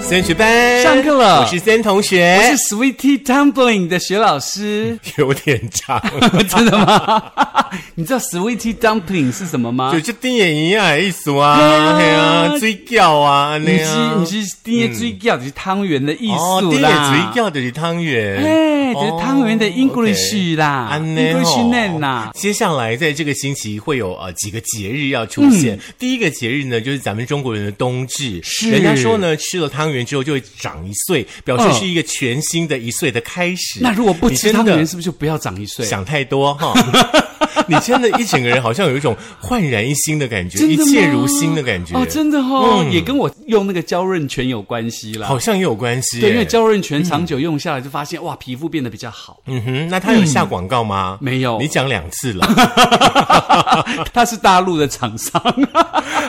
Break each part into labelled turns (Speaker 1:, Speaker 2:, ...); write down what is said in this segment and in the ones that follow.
Speaker 1: 三学班
Speaker 2: 上课了
Speaker 1: 我是森同学，
Speaker 2: 我是 Sweetie Tumbling 的学 老师，
Speaker 1: 有点长，
Speaker 2: 真的吗？ 你知道 Sweetie Dumpling 是什么吗？
Speaker 1: 就就丁眼一样的意思 啊，嘿啊，水饺啊，那
Speaker 2: 你
Speaker 1: 样
Speaker 2: 是你是第一追叫就是汤圆的艺
Speaker 1: 哦，
Speaker 2: 术
Speaker 1: 丁眼
Speaker 2: 啦，
Speaker 1: 水饺就是汤圆，
Speaker 2: 哎就是汤圆的
Speaker 1: 哦
Speaker 2: English 啦
Speaker 1: OK 安内吼
Speaker 2: English 嫩啦
Speaker 1: 接下来在这个星期会有呃几个节日要出现，第一个节日呢就是咱们中国人的冬至，
Speaker 2: 嗯是
Speaker 1: 人家说呢吃了汤圆之后就会长一岁，表示
Speaker 2: 嗯
Speaker 1: 是一个全新的一岁的开始。
Speaker 2: 那如果不
Speaker 1: 你
Speaker 2: 吃
Speaker 1: 真
Speaker 2: 汤
Speaker 1: 的
Speaker 2: 圆，是不是就不要长一岁？
Speaker 1: 想太多 哈。你真的，一整个人好像有一种焕然一新的感觉，
Speaker 2: 真
Speaker 1: 一
Speaker 2: 的吗
Speaker 1: 切如新的感觉，嗯
Speaker 2: 哦，真的哦，也跟我用那个胶润泉有关系啦。
Speaker 1: 好像也有关系耶。
Speaker 2: 对，因为胶润泉长久用下来，就发现哇，皮肤变得比较好。
Speaker 1: 嗯哼，那他有下广告吗？
Speaker 2: 没有
Speaker 1: 你讲两次 了。
Speaker 2: 它是大陆的厂商，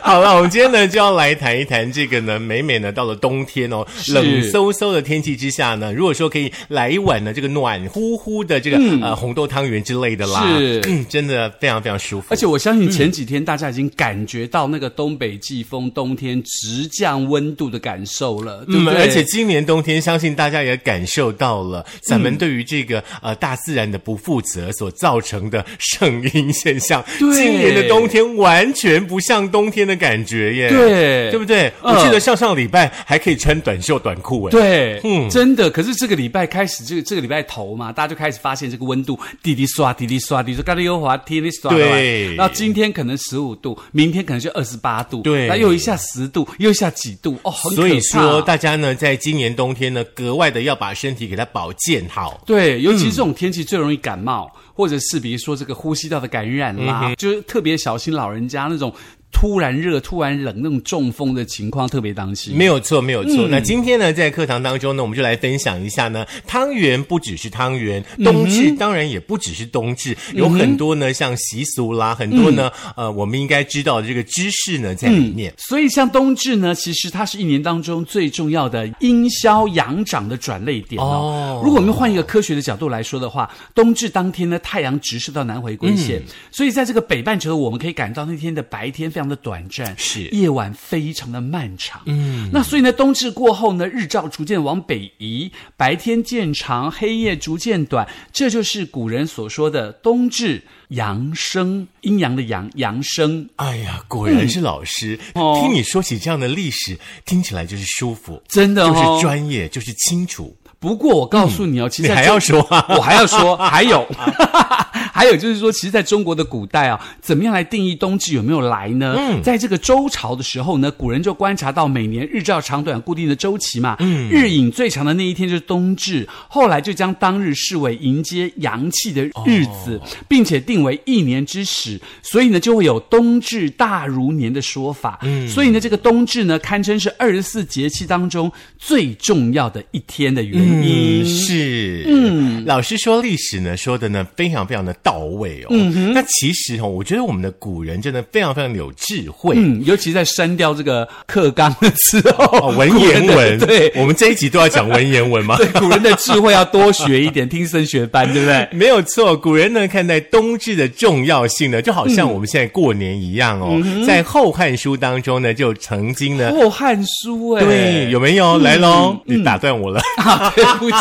Speaker 1: 好了，我们今天呢就要来谈一谈这个呢，每每呢到了冬天哦，冷飕飕的天气之下呢，如果说可以来一碗呢这个暖乎乎的这个、呃红豆汤圆之类的啦，
Speaker 2: 嗯是
Speaker 1: 嗯，真的非常非常舒服
Speaker 2: 而。且我
Speaker 1: 嗯
Speaker 2: 相信前几天大家已经感觉到那个东北季风冬天直降温度的感受了，对
Speaker 1: 嗯，
Speaker 2: 不对？
Speaker 1: 而且今年冬天，相信大家也感受到了
Speaker 2: 嗯
Speaker 1: 咱们对于这个、呃大自然的不负责所造成的圣婴现象。
Speaker 2: 对
Speaker 1: 今年的冬天完全不像冬天的感觉耶，
Speaker 2: 对
Speaker 1: 对不对？
Speaker 2: 嗯
Speaker 1: 我记得上上礼拜还可以穿短袖短裤，哎，
Speaker 2: 对，
Speaker 1: 嗯
Speaker 2: 真的。可是这个礼拜开始，这个这个礼拜头嘛，大家就开始发现这个温度滴滴刷滴滴刷滴滴刷，刚才又滑滴滴刷，
Speaker 1: 对
Speaker 2: 然后今天可能十五度，明天可能就二十八度，
Speaker 1: 对
Speaker 2: 那又一下十度，又一下几度，哦，很可
Speaker 1: 所以说，
Speaker 2: 怕。
Speaker 1: 大家呢，在今年冬天呢，格外的要把身体给它保健好。
Speaker 2: 对，尤其是这种天气最容易感冒，或者是比如说这个呼吸道的感染啦，就是特别小心老人家那种突然热、突然冷那种中风的情况，特别当心。
Speaker 1: 没有错，没有错。那今天呢，在课堂当中呢，我们就来分享一下呢，汤圆不只是汤圆，冬至当然也不只是冬至，有很多呢，像习俗啦，很多呢，呃，我们应该知道的这个知识呢，在里面。
Speaker 2: 所以，像冬至呢，其实它是一年当中最重要的阴消阳长的转类点哦
Speaker 1: 哦。
Speaker 2: 如果我们换一个科学的角度来说的话，冬至当天呢，太阳直射到南回归
Speaker 1: 嗯
Speaker 2: 线，所以在这个北半球的我们可以感到那天的白天非常的短暂，
Speaker 1: 是
Speaker 2: 夜晚非常的漫长。嗯，那所以呢，冬至过后呢，日照逐渐往北移，白天渐长，黑夜逐渐短，这就是古人所说的冬至阳生，阴阳的阳，阳生。
Speaker 1: 哎呀，果然是老师，
Speaker 2: 哦
Speaker 1: 听你说起这样的历史，听起来就是舒服，
Speaker 2: 真的、哦，
Speaker 1: 就是专业，就是清楚。
Speaker 2: 不过我告诉你哦，
Speaker 1: 嗯
Speaker 2: 其实
Speaker 1: 你
Speaker 2: 在
Speaker 1: 还
Speaker 2: 中
Speaker 1: 要说啊
Speaker 2: 我还 要说，还有。 还有就是说，其实，在中国的古代啊，怎么样来定义冬至有没有来呢？
Speaker 1: 嗯
Speaker 2: 在这个周朝的时候呢，古人就观察到每年日照长短固定的周期嘛，
Speaker 1: 嗯
Speaker 2: 日影最长的那一天就是冬至，后来就将当日视为迎接阳气的日子，
Speaker 1: 哦
Speaker 2: 并且定为一年之始，所以呢，就会有冬至大如年的说法。
Speaker 1: 嗯
Speaker 2: 所以呢，这个冬至呢，堪称是二十四节气当中最重要的一天的原因。
Speaker 1: 嗯，是，嗯，老师说历史呢，说的呢非常非常的到位哦。嗯那其实哦，我觉得我们的古人真的非常非常有智慧。
Speaker 2: 嗯，尤其在删掉这个课纲的时候，
Speaker 1: 哦，文言
Speaker 2: 古人
Speaker 1: 文，
Speaker 2: 的 对
Speaker 1: 我们这一集都要讲文言文吗？
Speaker 2: 对，古人的智慧要多学一点，听升学班，对 不对？
Speaker 1: 没有错，古人呢看待冬至的重要性呢，就好像我们现在过年一样
Speaker 2: 嗯
Speaker 1: 哦。在《后汉书》当中呢，就曾经呢，
Speaker 2: 后汉书哎、
Speaker 1: 对，有没有来
Speaker 2: 嗯
Speaker 1: 喽？你打断我了。
Speaker 2: 啊，对不起，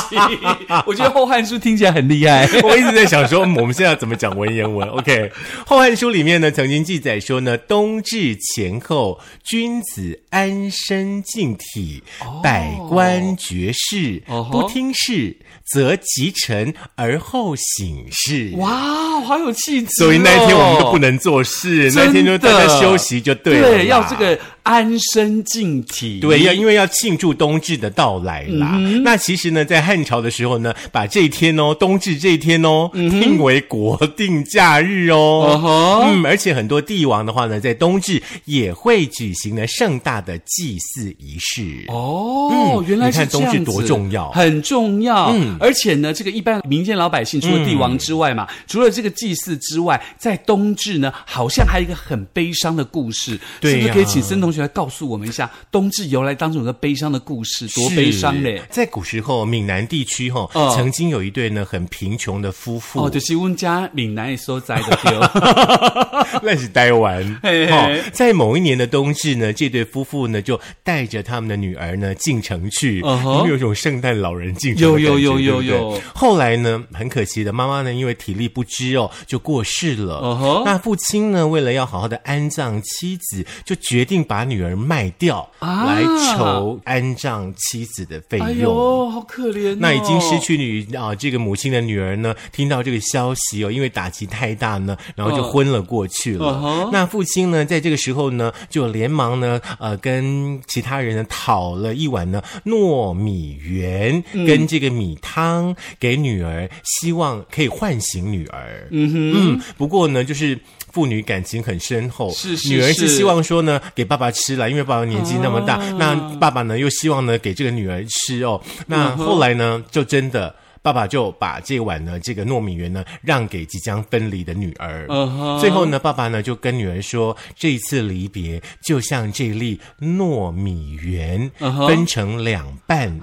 Speaker 2: 我觉得后汉书听起来很厉 害。
Speaker 1: 我一直在想说，嗯我们现在要怎么讲文言文？OK，《后汉书》里面呢，曾经记载说呢，冬至前后，君子安身静体，百官绝事，
Speaker 2: 哦吼
Speaker 1: 不听事，则其臣而后省事。
Speaker 2: 哇，好有气质、哦！
Speaker 1: 所以那一天我们就不能做事，那一天就大家休息就对了
Speaker 2: 对
Speaker 1: 啦。
Speaker 2: 要这个安身静体。
Speaker 1: 对，要因为要庆祝冬至的到来啦。
Speaker 2: 嗯
Speaker 1: 那其实呢，在汉朝的时候呢，把这一天哦，冬至这一天哦，定为国定假日
Speaker 2: 嗯哦
Speaker 1: 哦。
Speaker 2: 吼
Speaker 1: 嗯，而且很多帝王的话呢，在冬至也会举行呢盛大的祭祀仪式。
Speaker 2: 哦，
Speaker 1: 嗯
Speaker 2: 原来是
Speaker 1: 你看
Speaker 2: 这样
Speaker 1: 冬
Speaker 2: 子，
Speaker 1: 至多重要嗯
Speaker 2: 很重要。而且呢，这个一般民间老百姓除了帝王之外嘛，除了这个祭祀之外，在冬至呢，好像还有一个很悲伤的故事，
Speaker 1: 对
Speaker 2: 是
Speaker 1: 呀
Speaker 2: 不是可以请孙同学来告诉我们一下冬至由来当中有个悲伤的故事，多悲伤嘞！
Speaker 1: 在古时候，闽南地区哈、
Speaker 2: 哦
Speaker 1: 曾经有一对呢很贫穷的夫妇，
Speaker 2: 哦，就是温家岭南的所在 的对，
Speaker 1: 那是呆玩。
Speaker 2: 嘿嘿
Speaker 1: 哦，在某一年的冬至呢，这对夫妇呢就带着他们的女儿呢进城去，
Speaker 2: 嗯哼
Speaker 1: 你们有一种圣诞老人进城的
Speaker 2: 有
Speaker 1: 感觉，
Speaker 2: 有有有
Speaker 1: 对不对
Speaker 2: 有
Speaker 1: 后来呢，很可惜的，妈妈呢因为体力不支哦，就过世了。
Speaker 2: 嗯哼
Speaker 1: 那父亲呢，为了要好好的安葬妻子，就决定把女儿卖掉，
Speaker 2: 啊
Speaker 1: 来筹安葬妻子的费
Speaker 2: 哎
Speaker 1: 用。
Speaker 2: 呦，好可怜、哦！
Speaker 1: 那已经失去女啊、这个母亲的女儿呢，听到这个消息哦，因为打击太大呢，然后就
Speaker 2: 嗯
Speaker 1: 昏了过去了。
Speaker 2: 嗯哼
Speaker 1: 那父亲呢，在这个时候呢，就连忙呢，呃，跟其他人呢讨了一碗呢糯米圆跟这个米汤给女儿，希望可以唤醒女儿。嗯哼，嗯，不过呢，就是。父女感情很深厚，
Speaker 2: 是是
Speaker 1: 女儿是
Speaker 2: 是
Speaker 1: 希望说呢，给爸爸吃了，因为爸爸年纪那么大，那爸爸呢又希望呢给这个女儿吃哦。
Speaker 2: 嗯
Speaker 1: 那后来呢，就真的。爸爸就把这碗呢，这个糯米圆呢，让给即将分离的女儿。
Speaker 2: 嗯哼
Speaker 1: 最后呢，爸爸呢就跟女儿说，这一次离别就像这粒糯米圆、
Speaker 2: 嗯哼啊
Speaker 1: 分成两半，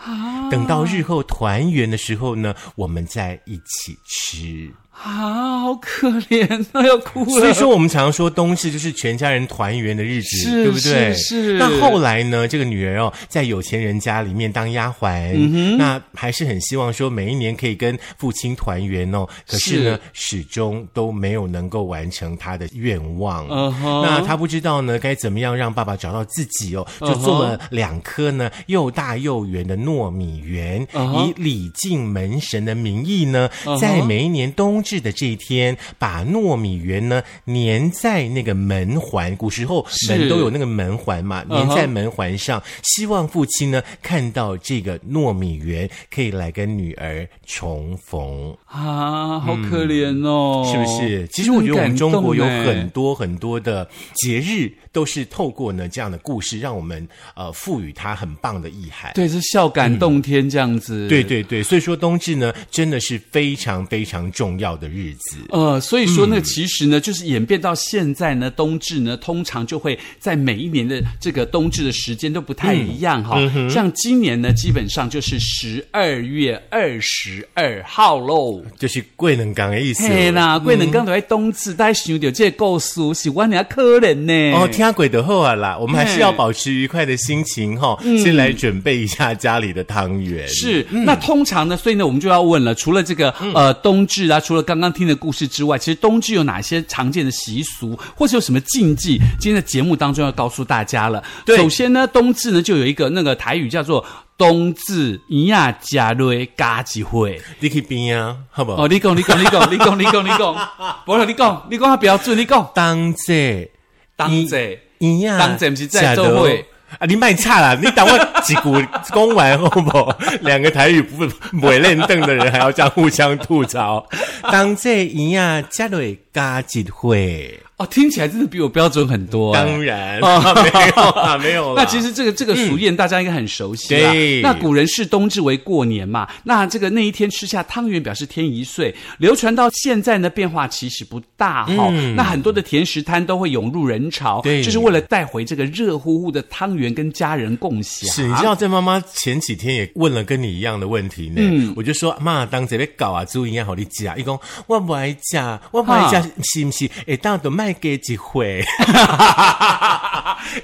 Speaker 1: 等到日后团圆的时候呢，我们再一起吃。
Speaker 2: 啊，好可怜， 啊，要哭了。
Speaker 1: 所以说，我们常说冬至就是全家人团圆的日子，
Speaker 2: 是
Speaker 1: 对不对？
Speaker 2: 是是
Speaker 1: 那后来呢，这个女儿哦，在有钱人家里面当丫鬟，
Speaker 2: 嗯
Speaker 1: 那还是很希望说每一年可以跟父亲团圆哦。可是呢，始终都没有能够完成她的愿望。
Speaker 2: 嗯哼
Speaker 1: 那她不知道呢，该怎么样让爸爸找到自己哦，
Speaker 2: 嗯
Speaker 1: 就做了两颗呢又大又圆的糯米圆，
Speaker 2: 嗯
Speaker 1: 以
Speaker 2: 哼
Speaker 1: 礼敬门神的名义呢，
Speaker 2: 嗯哼
Speaker 1: 在每一年冬至的这一天，把糯米圆呢粘在那个门环，古时候
Speaker 2: 是
Speaker 1: 门都有那个门环嘛，
Speaker 2: 嗯
Speaker 1: 粘
Speaker 2: 哼
Speaker 1: 在门环上，希望父亲呢看到这个糯米圆，可以来跟女儿重逢，
Speaker 2: 啊，好可怜
Speaker 1: 嗯
Speaker 2: 哦，
Speaker 1: 是不是？其实我觉得我们中国有很
Speaker 2: 很
Speaker 1: 多很多的节日，都是透过呢这样的故事，让我们呃赋予它很棒的意涵。
Speaker 2: 对，是孝感动天这样
Speaker 1: 嗯
Speaker 2: 子，
Speaker 1: 对。对对，所以说冬至呢，真的是非常非常重要的日子。
Speaker 2: 呃，所以说呢，
Speaker 1: 嗯
Speaker 2: 其实呢，就是演变到现在呢，冬至呢，通常就会在每一年的这个冬至的时间都不太一样
Speaker 1: 嗯
Speaker 2: 哈、像今年呢，基本上就是十二月二十二号喽。
Speaker 1: 就是贵能港的意思。哦
Speaker 2: 嘿啦，贵
Speaker 1: 嗯
Speaker 2: 能刚才冬至，大家想到这个故事，是我俩可怜呢。
Speaker 1: 哦，听鬼的后啊啦，我们还是要保持愉快的心情哈、先来准备一下家里的汤圆。，
Speaker 2: 嗯是，那通常呢，所以呢，我们就要问了，除了这个呃冬至啊，除了刚刚听的故事之外，其实冬至有哪些常见的习俗，或是有什么禁忌？今天的节目当中要告诉大家了。
Speaker 1: 对
Speaker 2: 首先呢，冬至呢就有一个那个台语叫做。冬至啊一亚加瑞嘎几会
Speaker 1: 你去边啊，好不好？
Speaker 2: 哦，你讲你讲你讲你讲你讲你讲，不了你讲你讲他标准，你讲
Speaker 1: 当这
Speaker 2: 冬至
Speaker 1: 一样，
Speaker 2: 当这不是在做伙
Speaker 1: 假的啊！你卖差啦，你等我几股公完好不好？ 两个台语不不会认凳的人还要这样互相吐 槽。当这一样，家里加几会？
Speaker 2: 哦，听起来真的比我标准很多、哎
Speaker 1: 当然、啊， 没有 啦，没有啦。
Speaker 2: 那其实这个这个俗谚大家应该很熟悉啦。
Speaker 1: 嗯对
Speaker 2: 那古人视冬至为过年嘛，那这个那一天吃下汤圆表示天一岁，流传到现在呢变化其实不大哈、那很多的甜食摊都会涌入人潮，
Speaker 1: 嗯对
Speaker 2: 就是为了带回这个热乎乎的汤圆跟家人共享。
Speaker 1: 是，你知道郑妈妈前几天也问了跟你一样的问题呢。
Speaker 2: 嗯
Speaker 1: 我就说妈，当这边搞啊，猪一样好你吃啊。伊讲我不爱吃，我不爱吃，是不是？哎，当都卖给一 回，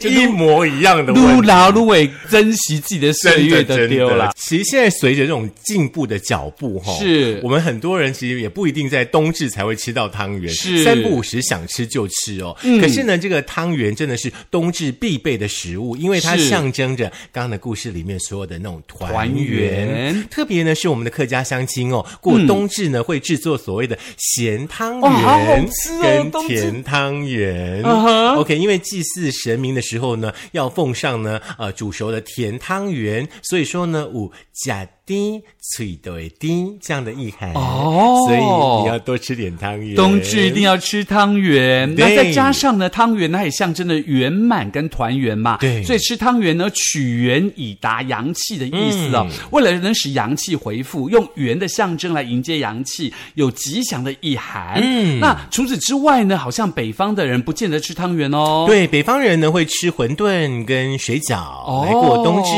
Speaker 1: 一模一样的
Speaker 2: 撸
Speaker 1: 问题。
Speaker 2: 老撸尾，珍惜自己的岁月的丢啦。。
Speaker 1: 其实现在随着这种进步的脚步，哈，
Speaker 2: 是
Speaker 1: 我们很多人其实也不一定在冬至才会吃到汤圆，
Speaker 2: 是嗯
Speaker 1: 三不五时想吃就吃哦。可是呢，这个汤圆真的是冬至必备的食物，因为它
Speaker 2: 是
Speaker 1: 象征着刚刚的故事里面所有的那种团
Speaker 2: 团
Speaker 1: 圆。
Speaker 2: 圆
Speaker 1: 特别呢，是我们的客家乡亲哦，过冬至呢、会制作所谓的咸汤
Speaker 2: 哦好好
Speaker 1: 圆
Speaker 2: 吃哦
Speaker 1: 跟
Speaker 2: 冬至
Speaker 1: 甜汤圆。
Speaker 2: 嗯哼
Speaker 1: OK，因为祭祀神明的时候呢，要奉上呢呃煮熟的甜汤圆，所以说呢，五甲滴嘴对滴这样的意涵
Speaker 2: 哦
Speaker 1: 所以你要多吃点汤圆。
Speaker 2: 冬至一定要吃汤圆，
Speaker 1: 对
Speaker 2: 那再加上呢，汤圆它也象征着圆满跟团圆嘛。
Speaker 1: 对
Speaker 2: 所以吃汤圆呢，取圆以达阳气的意思
Speaker 1: 嗯
Speaker 2: 哦。为了能使阳气回复，用圆的象征来迎接阳气，有吉祥的意涵。嗯，那除此之外呢，好像北方的人不见得吃汤圆哦。。
Speaker 1: 对，北方人呢会吃馄饨跟水饺
Speaker 2: 哦
Speaker 1: 来过冬至，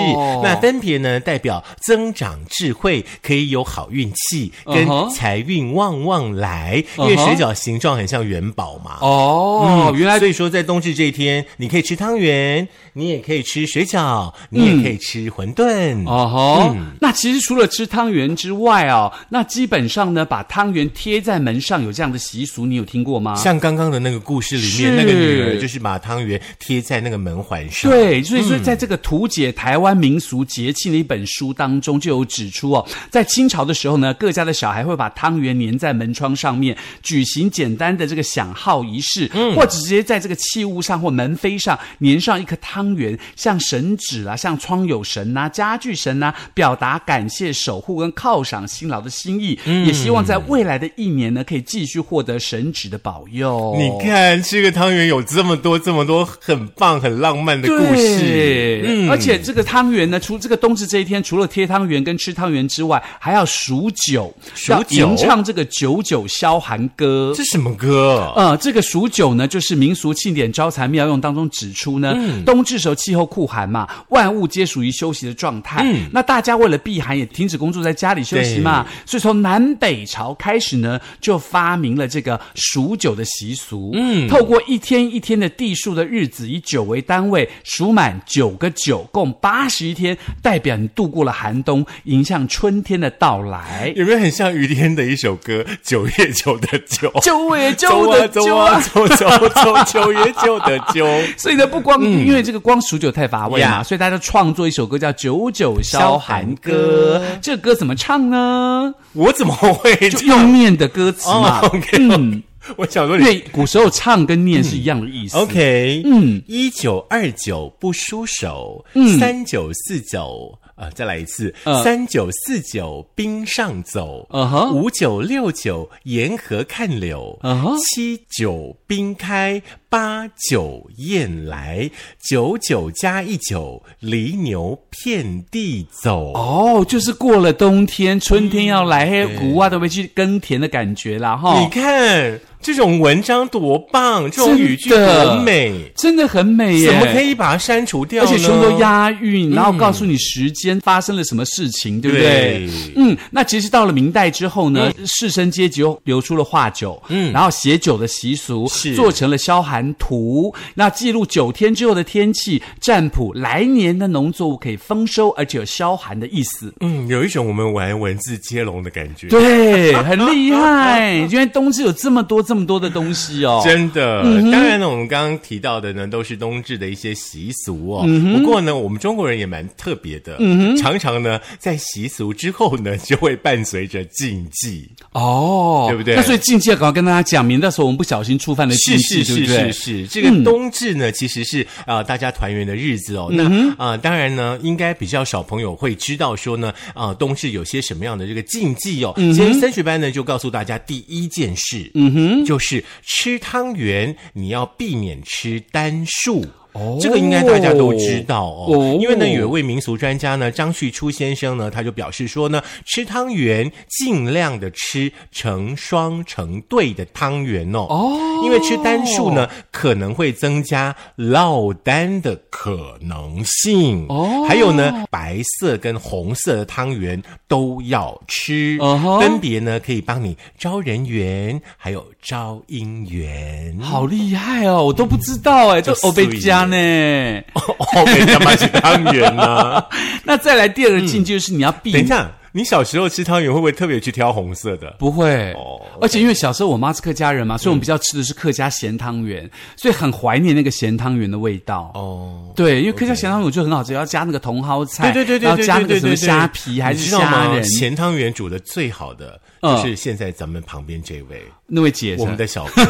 Speaker 1: 那分别呢代表增长智慧，可以有好运气，跟
Speaker 2: 嗯哼
Speaker 1: 财运旺旺来。因为
Speaker 2: 嗯哼
Speaker 1: 水饺形状很像元宝嘛。
Speaker 2: 哦，原来
Speaker 1: 嗯所以说在冬至这一天，你可以吃汤圆，你也可以吃水饺，你也可以吃馄饨。
Speaker 2: 嗯哦吼，
Speaker 1: 嗯
Speaker 2: 那其实除了吃汤圆之外哦，那基本上呢，把汤圆贴在门上有这样的习俗，你有听过吗？
Speaker 1: 像刚刚的那个故事里面，
Speaker 2: 是
Speaker 1: 那个女儿就是把汤圆贴在那个门环上。
Speaker 2: 对，所以说在这个图解台湾民俗节庆的一本书当中，就有指出哦，在清朝的时候呢，各家的小孩会把汤圆粘在门窗上面，举行简单的这个响号仪式，或者直接在这个器物上或门扉上粘上一颗汤圆，像神纸啊，像窗有神呐、家具神呐、啊表达感谢、守护跟犒赏辛劳的心意，也希望在未来的一年呢，可以继续获得神纸的保佑。
Speaker 1: 你看，吃个汤圆有这么多、这么多很棒、很浪漫的故事。嗯
Speaker 2: 对，而且这个汤圆呢，除这个冬至这一天，除了贴汤圆跟吃汤圆之外，还要数九，
Speaker 1: 数
Speaker 2: 要
Speaker 1: 九
Speaker 2: 吟唱这个九九消寒歌。
Speaker 1: 这什么歌？
Speaker 2: 呃，这个数九呢，就是民俗庆典招财妙用当中指出呢，
Speaker 1: 嗯
Speaker 2: 冬至时候气候酷寒嘛，万物皆属于休息的状态。
Speaker 1: 嗯
Speaker 2: 那大家为了避寒，也停止工作，在家里休息嘛。所以从南北朝开始呢，就发明了这个数九的习俗。嗯，透过一天一天的地数的日子，以九为单位，数满九个九，共八十一天，代表你度过了寒冬，迎向春天的到来。
Speaker 1: 有没有很像于天的一首歌《九月九的九》？
Speaker 2: 九月九
Speaker 1: 走啊
Speaker 2: 的
Speaker 1: 走
Speaker 2: 九
Speaker 1: 啊走走走，九月九的九。
Speaker 2: 所以呢，不光、因为这个光数九太乏味嘛，
Speaker 1: Yeah
Speaker 2: 所以大家创作一首歌叫《九九消寒歌》。
Speaker 1: 消寒歌
Speaker 2: 这个歌怎么唱呢？
Speaker 1: 我怎么会
Speaker 2: 就用念的歌 词嘛。
Speaker 1: 哦，OK，
Speaker 2: 嗯，
Speaker 1: 我想说
Speaker 2: 因
Speaker 1: 你。
Speaker 2: 为古时候唱跟念是一样的意思。
Speaker 1: OK，嗯，一九二九不输手，三九四九，呃，再来一次，
Speaker 2: 嗯
Speaker 1: 三九四九冰上走，
Speaker 2: 嗯哼
Speaker 1: 五九六九沿河看柳，
Speaker 2: 嗯哼
Speaker 1: 七九冰开，八九雁来，九九加一九，犁牛遍地走。
Speaker 2: 哦，就是过了冬天，春天要来，嘿，古啊都会去耕田的感觉啦，哈。
Speaker 1: 你看这种文章多棒，这种语句
Speaker 2: 真的
Speaker 1: 多美，
Speaker 2: 真的很美耶，
Speaker 1: 怎么可以嗯把它删除掉
Speaker 2: 而
Speaker 1: 呢？
Speaker 2: 且全部都押韵，然后告诉你时间发生了什么事情，对不对？
Speaker 1: 对
Speaker 2: 嗯，那其实到了明代之后呢，
Speaker 1: 嗯
Speaker 2: 士绅阶级又流出了画酒，嗯，然后写酒的习俗，
Speaker 1: 是
Speaker 2: 做成了消寒图，那记录九天之后的天气占卜，来年的农作物可以丰收，而且有消寒的意思。
Speaker 1: 嗯，有一种我们玩文字接龙的感觉，
Speaker 2: 对，很厉害，因为冬至有这么多这么多的东西哦。
Speaker 1: 真的。当然呢，我们刚刚提到的呢，都是冬至的一些习俗哦。不过呢，我们中国人也蛮特别的，常常呢在习俗之后呢，就会伴随着禁忌。
Speaker 2: 哦，
Speaker 1: 对不对
Speaker 2: 那所以禁忌要赶快跟大家讲明，到时候我们不小心触犯了禁
Speaker 1: 是
Speaker 2: 忌，
Speaker 1: 是
Speaker 2: 对不
Speaker 1: 是
Speaker 2: 对？嗯
Speaker 1: 是是，这个冬至呢，其实是啊、呃大家团圆的日子哦。
Speaker 2: 嗯
Speaker 1: 那啊、呃当然呢，应该比较少朋友会知道说呢，啊、冬至有些什么样的这个禁忌哦。
Speaker 2: 嗯
Speaker 1: 今天三学班呢就告诉大家第一件事，嗯哼，就是吃汤圆你要避免吃单数。
Speaker 2: 哦
Speaker 1: 这个应该大家都知道哦，
Speaker 2: 哦
Speaker 1: 因为呢，有一位民俗专家呢，张旭初先生呢，他就表示说呢，吃汤圆尽量的吃成双成对的汤圆哦，
Speaker 2: 哦
Speaker 1: 因为吃单数呢，可能会增加落单的可能性
Speaker 2: 哦
Speaker 1: 还有呢，白色跟红色的汤圆都要吃
Speaker 2: 嗯哼
Speaker 1: 分别呢可以帮你招人缘，还有招姻缘。
Speaker 2: 好厉害哦！我都不知道哎，这
Speaker 1: 碎
Speaker 2: 欧贝加呢。
Speaker 1: 哦，给人家买起汤圆呢、
Speaker 2: 那再来第二个境界就是你要避
Speaker 1: 嗯等
Speaker 2: 免
Speaker 1: 一，下，你小时候吃汤圆会不会特别去挑红色的？
Speaker 2: 不会
Speaker 1: 哦。嗯
Speaker 2: 而且因为小时候我妈是客家人嘛，所以我们比较吃的是客家咸汤圆，所以很怀念那个咸汤圆的味道。
Speaker 1: 哦。
Speaker 2: 对，因为客家咸汤圆就很好吃，要加那个茼蒿菜，
Speaker 1: 对对对对
Speaker 2: 然后
Speaker 1: 对
Speaker 2: 加那
Speaker 1: 对对
Speaker 2: 个什
Speaker 1: 对，
Speaker 2: 么虾皮还
Speaker 1: 你
Speaker 2: 是
Speaker 1: 知道
Speaker 2: 虾
Speaker 1: 吗？
Speaker 2: 仁，
Speaker 1: 咸汤圆煮的最好的
Speaker 2: 嗯
Speaker 1: 就是现在咱们旁边这位，
Speaker 2: 那位姐
Speaker 1: 我
Speaker 2: 姐
Speaker 1: 们，的小 哥。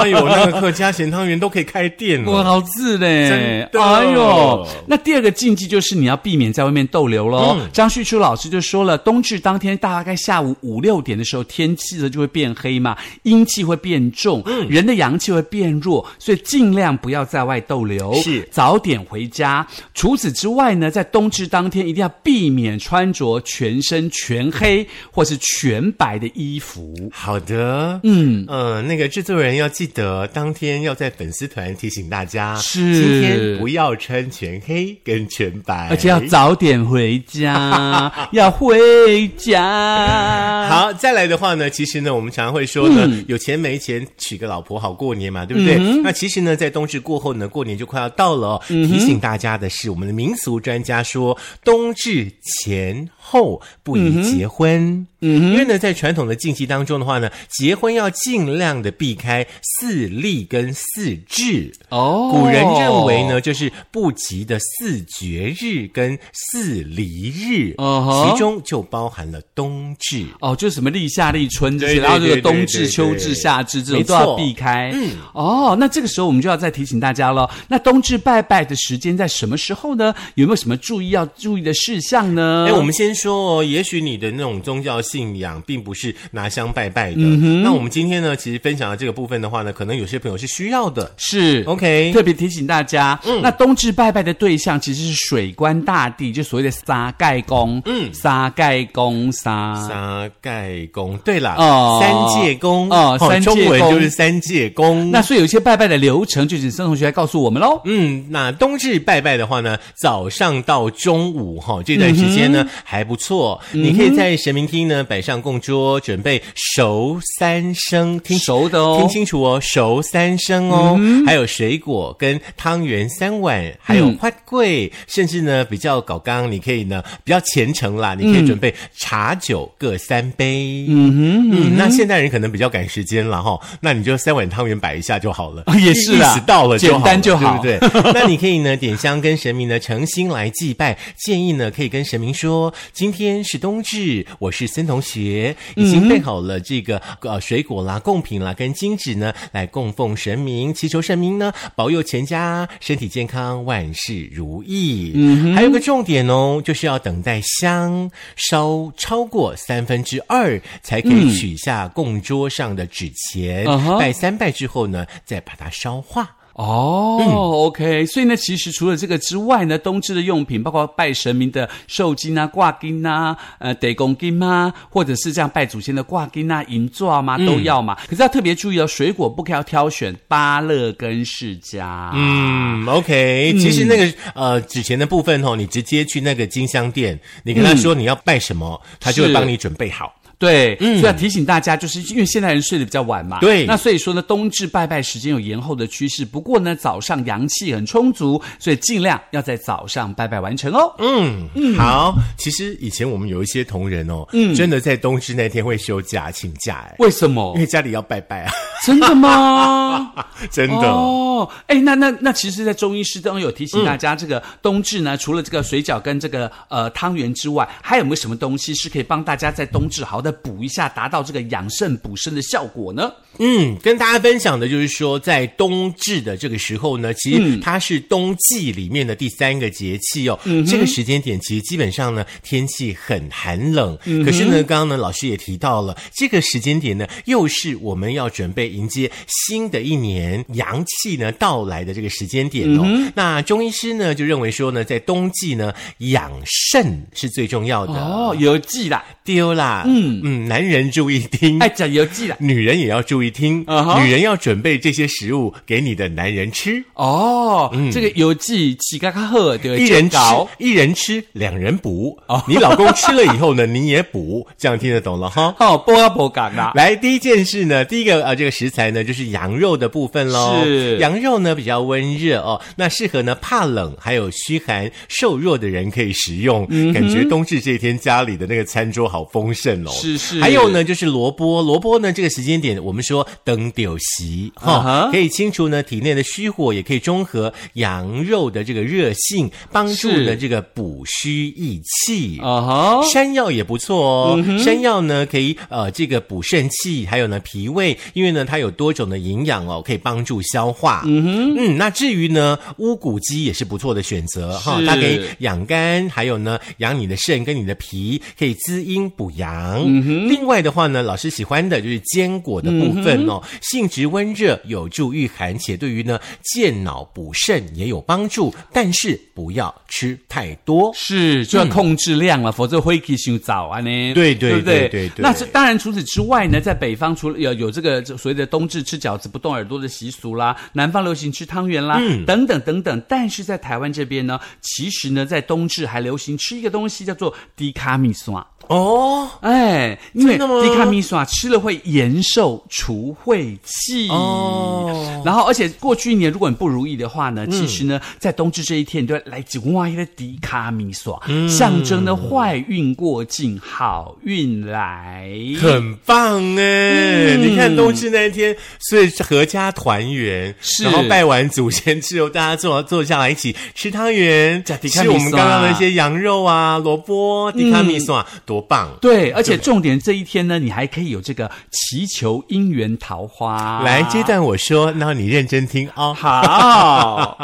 Speaker 1: 哎呦，那个客家咸汤圆都可以开店
Speaker 2: 我
Speaker 1: 了。
Speaker 2: 好字嘞！
Speaker 1: 真的嗯
Speaker 2: 哎呦，那第二个禁忌就是你要避免在外面逗留喽。张旭初老老师就说了，冬至当天大概下午五六点的时候，天气呢就会变黑嘛，阴气会变重，
Speaker 1: 嗯
Speaker 2: 人的阳气会变弱，所以尽量不要在外逗留，
Speaker 1: 是
Speaker 2: 早点回家。除此之外呢，在冬至当天一定要避免穿着全身全黑或是全白的衣服。
Speaker 1: 好的，嗯，呃，那个制作人要记得当天要在粉丝团提醒大家，
Speaker 2: 是
Speaker 1: 今天不要穿全黑跟全白，
Speaker 2: 而且要早点回 家，要回家。
Speaker 1: 好，再来的话呢，其实呢，我们常常会说呢，
Speaker 2: 嗯
Speaker 1: 有钱没钱娶个老婆好过年嘛，对不对？那其实呢，在冬至过后呢，过年就快要到了、哦。
Speaker 2: 嗯
Speaker 1: 提醒大家的是，我们的民俗专家说，冬至前后不宜结婚。嗯，因为呢，在传统的禁忌当中的话呢，结婚要尽量的避开四立跟四至。
Speaker 2: 哦
Speaker 1: 古人认为呢，就是不吉的四绝日跟四离日
Speaker 2: 嗯哼
Speaker 1: 其中就包含了冬至。
Speaker 2: 哦，就是什么立夏、立春这些，
Speaker 1: 对对
Speaker 2: 然后这个
Speaker 1: 对对
Speaker 2: 冬
Speaker 1: 对
Speaker 2: 至、
Speaker 1: 对
Speaker 2: 秋至、
Speaker 1: 对
Speaker 2: 夏至这种
Speaker 1: 没
Speaker 2: 都要
Speaker 1: 错
Speaker 2: 避开。嗯，哦，那这个时候我们就要再提醒大家了。那冬至拜拜的时间在什么时候呢？有没有什么注意要注意的事项呢？
Speaker 1: 哎，我们先说哦，也许你的那种宗教信仰并不是拿香拜拜的。
Speaker 2: 嗯
Speaker 1: 那我们今天呢，其实分享的这个部分的话呢，可能有些朋友是需要的。
Speaker 2: 是
Speaker 1: OK 嗯
Speaker 2: 特别提醒大家，那冬至拜拜的对象其实是水官大帝，就所谓的沙盖公，嗯，沙盖公沙。
Speaker 1: 三盖公，对啦，
Speaker 2: 哦
Speaker 1: 三界公，
Speaker 2: 哦三界
Speaker 1: 中文
Speaker 2: 公
Speaker 1: 就是三界公。
Speaker 2: 那所以有一些拜拜的流程，就请孙同学来告诉我们喽。
Speaker 1: 嗯，那冬至拜拜的话呢，早上到中午哈、这段时间呢、
Speaker 2: 嗯
Speaker 1: 还不错，你可以在神明厅呢摆上供桌，准备熟三牲，听
Speaker 2: 熟的哦嗯
Speaker 1: 听清楚哦，熟三牲哦，还有水果跟汤圆三碗，还有花桂，甚至呢比较搞刚，你可以呢比较虔诚啦，你可以准备茶酒各三杯。嗯哼，嗯，那现代人可能比较赶时间了哈、那你就三碗汤圆摆一下就好了，
Speaker 2: 哦也是
Speaker 1: 意
Speaker 2: 啦
Speaker 1: 思到了就好了，
Speaker 2: 简单就好
Speaker 1: 对不对？对，那你可以呢点香跟神明呢诚心来祭拜，建议呢可以跟神明说，今天是冬至，我是森同学，已经备好了这个呃水果啦、贡品啦跟金纸呢来供奉神明，祈求神明呢保佑全家身体健康，万事如意。嗯，还有个重点哦，就是要等待香烧超过三分之二，才可以取下供桌上的纸钱，
Speaker 2: 嗯哼
Speaker 1: 拜三拜之后呢，再把它烧化。
Speaker 2: 哦、o k 所以呢，其实除了这个之外呢，冬至的用品包括拜神明的寿金啊、挂金啊、呃得公金啊，或者是这样拜祖先的挂金啊、银座啊嘛，都要嘛。可是要特别注意哦，水果不可以要挑选芭乐跟释迦。嗯，
Speaker 1: 嗯，OK，其实那个、呃纸钱的部分哦，你直接去那个金香店，你跟他说你要拜什么，他就会
Speaker 2: 是
Speaker 1: 帮你准备好。
Speaker 2: 对，所以要提醒大家，就是因为现代人睡得比较晚嘛，
Speaker 1: 对
Speaker 2: 那所以说呢，冬至拜拜时间有延后的趋势。不过呢，早上阳气很充足，所以尽量要在早上拜拜完成哦。
Speaker 1: 嗯，好，其实以前我们有一些同仁哦，嗯，真的在冬至那天会休假请假，哎，
Speaker 2: 为什么
Speaker 1: 因？为家里要拜拜啊，
Speaker 2: 真的吗？
Speaker 1: 真的。
Speaker 2: 哦，哎，那那那，其实，在中医师当中有提醒大家，这个冬至呢，除了这个水饺跟这个呃汤圆之外，还有没有什么东西是可以帮大家在冬至好好的补一下，达到这个养肾补肾的效果呢？
Speaker 1: 嗯，跟大家分享的就是说，在冬至的这个时候呢，其实它是冬季里面的第三个节气哦。这个时间点其实基本上呢，天气很寒冷。可是呢，刚刚呢老师也提到了，这个时间点呢，又是我们要准备迎接新的一年阳气呢到来的这个时间点哦。那中医师呢就认为说呢，在冬季呢养肾是最重要的。
Speaker 2: 哦，有记啦，
Speaker 1: 丢啦，嗯嗯，男人注意听。
Speaker 2: 哎，讲有记啦。
Speaker 1: 女人也要注意听
Speaker 2: 啊哈
Speaker 1: 女人要准备这些食物给你的男人吃，
Speaker 2: 哦，这个有记起嘎嘎赫对，
Speaker 1: 一人吃
Speaker 2: 哎搞，哦
Speaker 1: 一人吃，两人补。你老公吃了以后呢，你也补，这样听得懂了 哈。
Speaker 2: 哦，波要波嘎 啦。
Speaker 1: 来，第一件事呢，第一个呃，这个食材呢就是羊肉的部分喽。
Speaker 2: 是
Speaker 1: 羊肉呢比较温热哦，那适合呢怕冷还有虚寒瘦弱的人可以食用。
Speaker 2: 嗯
Speaker 1: 感觉冬至这一天家里的那个餐桌好丰盛哦。
Speaker 2: 是是
Speaker 1: 还有呢就是萝卜，萝卜呢这个时间点我们说登丢席
Speaker 2: 啊
Speaker 1: 哈、
Speaker 2: 哈
Speaker 1: 可以清除呢体内的虚火，也可以中和羊肉的这个热性，帮助
Speaker 2: 是
Speaker 1: 呢这个补虚益气。
Speaker 2: 啊哈，
Speaker 1: 山哦嗯药也不错哦，山药呢可以呃这个补肾气，还有呢脾胃，因为呢它有多种的营养哦，可以帮助消化。嗯哼，嗯，那至于呢，乌骨鸡也是不错的选择哈
Speaker 2: 是，
Speaker 1: 它可以养肝，还有呢养你的肾跟你的脾，可以滋阴补阳。嗯哼，另外的话呢，老师喜欢的就是坚果的部分哦，性质温热，有助御寒，且对于呢健脑补肾也有帮助，但是不要吃太多。
Speaker 2: 是，就要控制量了，否则会起熊早啊呢。
Speaker 1: 嗯对对
Speaker 2: 不对
Speaker 1: 对对对
Speaker 2: 那这当然，除此之外呢，在北方除了有有这个所谓的冬至吃饺子不动耳朵的习俗啦，南方流行吃汤圆啦，
Speaker 1: 嗯
Speaker 2: 等等等等。但是在台湾这边呢，其实呢，在冬至还流行吃一个东西叫做低卡米酸。
Speaker 1: 哦，
Speaker 2: 哎，因为
Speaker 1: 真的吗
Speaker 2: 地卡米耍吃了会延寿除晦气
Speaker 1: 哦嗯
Speaker 2: 然后而且过去一年如果你不如意的话呢，其实呢，在冬至这一天，你就要来几万一的迪卡米耍，
Speaker 1: 嗯
Speaker 2: 象征呢坏运过境，好运来。
Speaker 1: 很棒哎！
Speaker 2: 嗯
Speaker 1: 你看冬至那一天，所以是合家团圆，
Speaker 2: 是
Speaker 1: 然后拜完祖先之后，大家坐坐下来一起吃汤圆，
Speaker 2: 迪卡
Speaker 1: 吃
Speaker 2: 米
Speaker 1: 我们
Speaker 2: 索
Speaker 1: 刚
Speaker 2: 啊
Speaker 1: 刚的一些羊肉啊、萝卜、迪卡米索啊，多棒！
Speaker 2: 对，而且重点这一天呢，你还可以有这个祈求姻缘桃花。
Speaker 1: 来，这段我说，那你认真听哦。
Speaker 2: 好。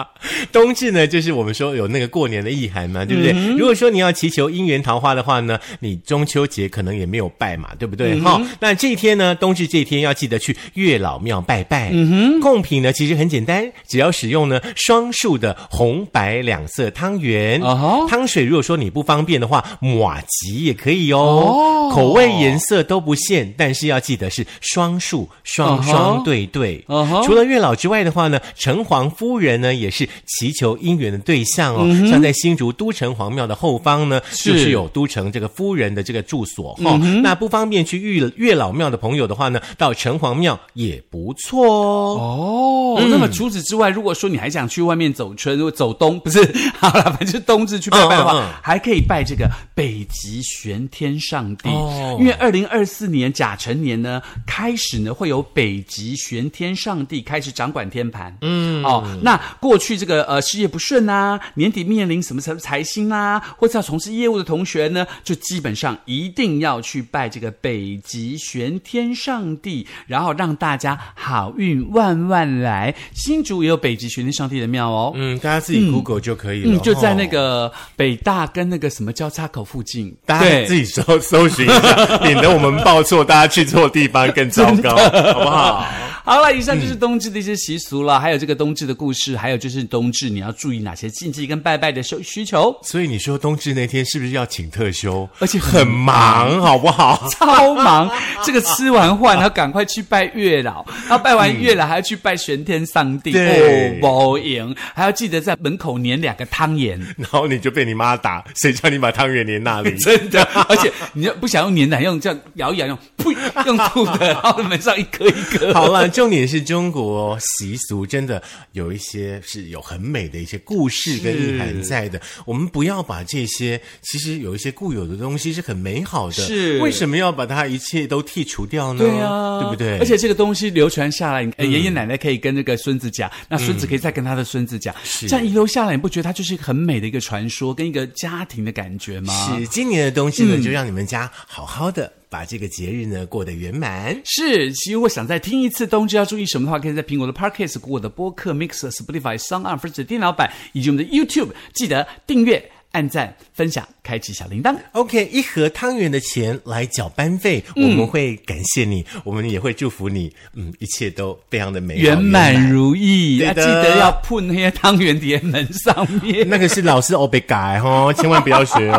Speaker 1: 冬至呢，就是我们说有那个过年的意涵嘛，对不对？如果说你要祈求姻缘桃花的话呢，你中秋节可能也没有拜嘛，对不对？哈、那这一天呢，冬至这一天要记得去月老庙拜拜。嗯哼，贡品呢其实很简单，只要使用呢双数的红白两色汤圆。
Speaker 2: 啊哈
Speaker 1: 汤水如果说你不方便的话，马吉也可以哦。
Speaker 2: 哦
Speaker 1: 口味颜色都不限，但是要记得是双数双
Speaker 2: 啊哈
Speaker 1: 双对对。
Speaker 2: 啊哈
Speaker 1: 除除了月老之外的话呢，城隍夫人呢也是祈求姻缘的对象哦。像在新竹都城隍庙的后方呢，
Speaker 2: 嗯是嗯
Speaker 1: 就是有都城这个夫人的这个住所哈、哦那不方便去月月老庙的朋友的话呢，到城隍庙也不错哦。
Speaker 2: 哦，那么除此之外，如果说你还想去外面走春，如果走冬不是 好了，反正就冬至去拜拜的话，
Speaker 1: 嗯嗯嗯
Speaker 2: 还可以拜这个北极玄天上帝。
Speaker 1: 哦
Speaker 2: 因为二零二四年甲辰年呢，开始呢会有北极玄天上帝开始掌管天盘。嗯，哦，那过去这个呃事业不顺啊，年底面临什么什么财星啊，或者要从事业务的同学呢，就基本上一定要去拜这个北极玄天上帝，然后让大家好运万万来。新竹也有北极玄天上帝的庙哦。
Speaker 1: 嗯，大家自己 Google 就可以了。
Speaker 2: 嗯，就在那
Speaker 1: 哦。
Speaker 2: 个北大跟那个什么交叉口附近，
Speaker 1: 大
Speaker 2: 对
Speaker 1: 家自己搜搜寻一下，免得我们报错，大家去错地方更糟 糕，好不好？
Speaker 2: 好了，以上就是冬至的一些习俗了，还有这个冬至的故事，还有就是冬至你要注意哪些禁忌跟拜拜的需需 求。
Speaker 1: 所以你说冬至那天是不是要请特休？
Speaker 2: 而且很
Speaker 1: 很忙，好不好？
Speaker 2: 超忙，这个吃完饭，然后赶快去拜月老，然后拜完月老还要去拜玄天上帝，
Speaker 1: 对
Speaker 2: 哦，不赢，还要记得在门口粘两个汤圆，？
Speaker 1: 然后你就被你妈打，谁叫你把汤圆粘那里
Speaker 2: 真的，而且你要不想用粘的，用这样摇一摇，用呸，用吐 的，然后门上一颗一颗。
Speaker 1: 好啦，重点是中国习俗真的有一些是有很美的一些故事跟意涵在的。我们不要把这些其实有一些固有的东西是很美好的，
Speaker 2: 是
Speaker 1: 为什么要把它一切都剔除掉呢？
Speaker 2: 对啊，
Speaker 1: 对不对？嗯
Speaker 2: 而且这个东西流传下来，你呃爷爷奶奶可以跟那个孙子讲，那孙子可以再跟他的孙子讲，
Speaker 1: 是
Speaker 2: 这样遗留下来，你不觉得它就是一个很美的一个传说，跟一个家庭的感觉吗？
Speaker 1: 是今年的东西
Speaker 2: 嗯
Speaker 1: 呢，就让你们家好好的把这个节日呢过得圆满。
Speaker 2: 是，其实如果想再听一次冬至要注意什么的话，可以在苹果的 Podcast、谷歌的播客 Mixer、Spotify、s o n g On、或者电脑版以及我们的 YouTube，记得订阅、按赞、分享、开启小铃
Speaker 1: 哎
Speaker 2: 铛。
Speaker 1: OK，一盒汤圆的钱来缴班费，
Speaker 2: 嗯
Speaker 1: 我们会感谢你，我们也会祝福你，嗯，一切都非常的美好
Speaker 2: 圆满。如意，
Speaker 1: 对
Speaker 2: 啊
Speaker 1: 的
Speaker 2: 记得要碰那些汤圆贴门上面。
Speaker 1: 那个是老师欧北改哦，千万不要学
Speaker 2: 那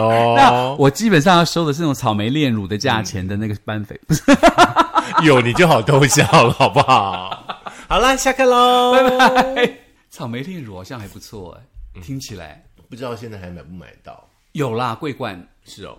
Speaker 1: 哦。
Speaker 2: 我基本上要收的是那种草莓炼乳的价钱的那个班费，不是？
Speaker 1: 有你就好偷笑了，好不好？好啦，下课喽，拜拜。
Speaker 2: 草莓炼乳好像还不错哎，听起来
Speaker 1: 不知道现在还买不买到？
Speaker 2: 有啦，桂冠。
Speaker 1: 是哦。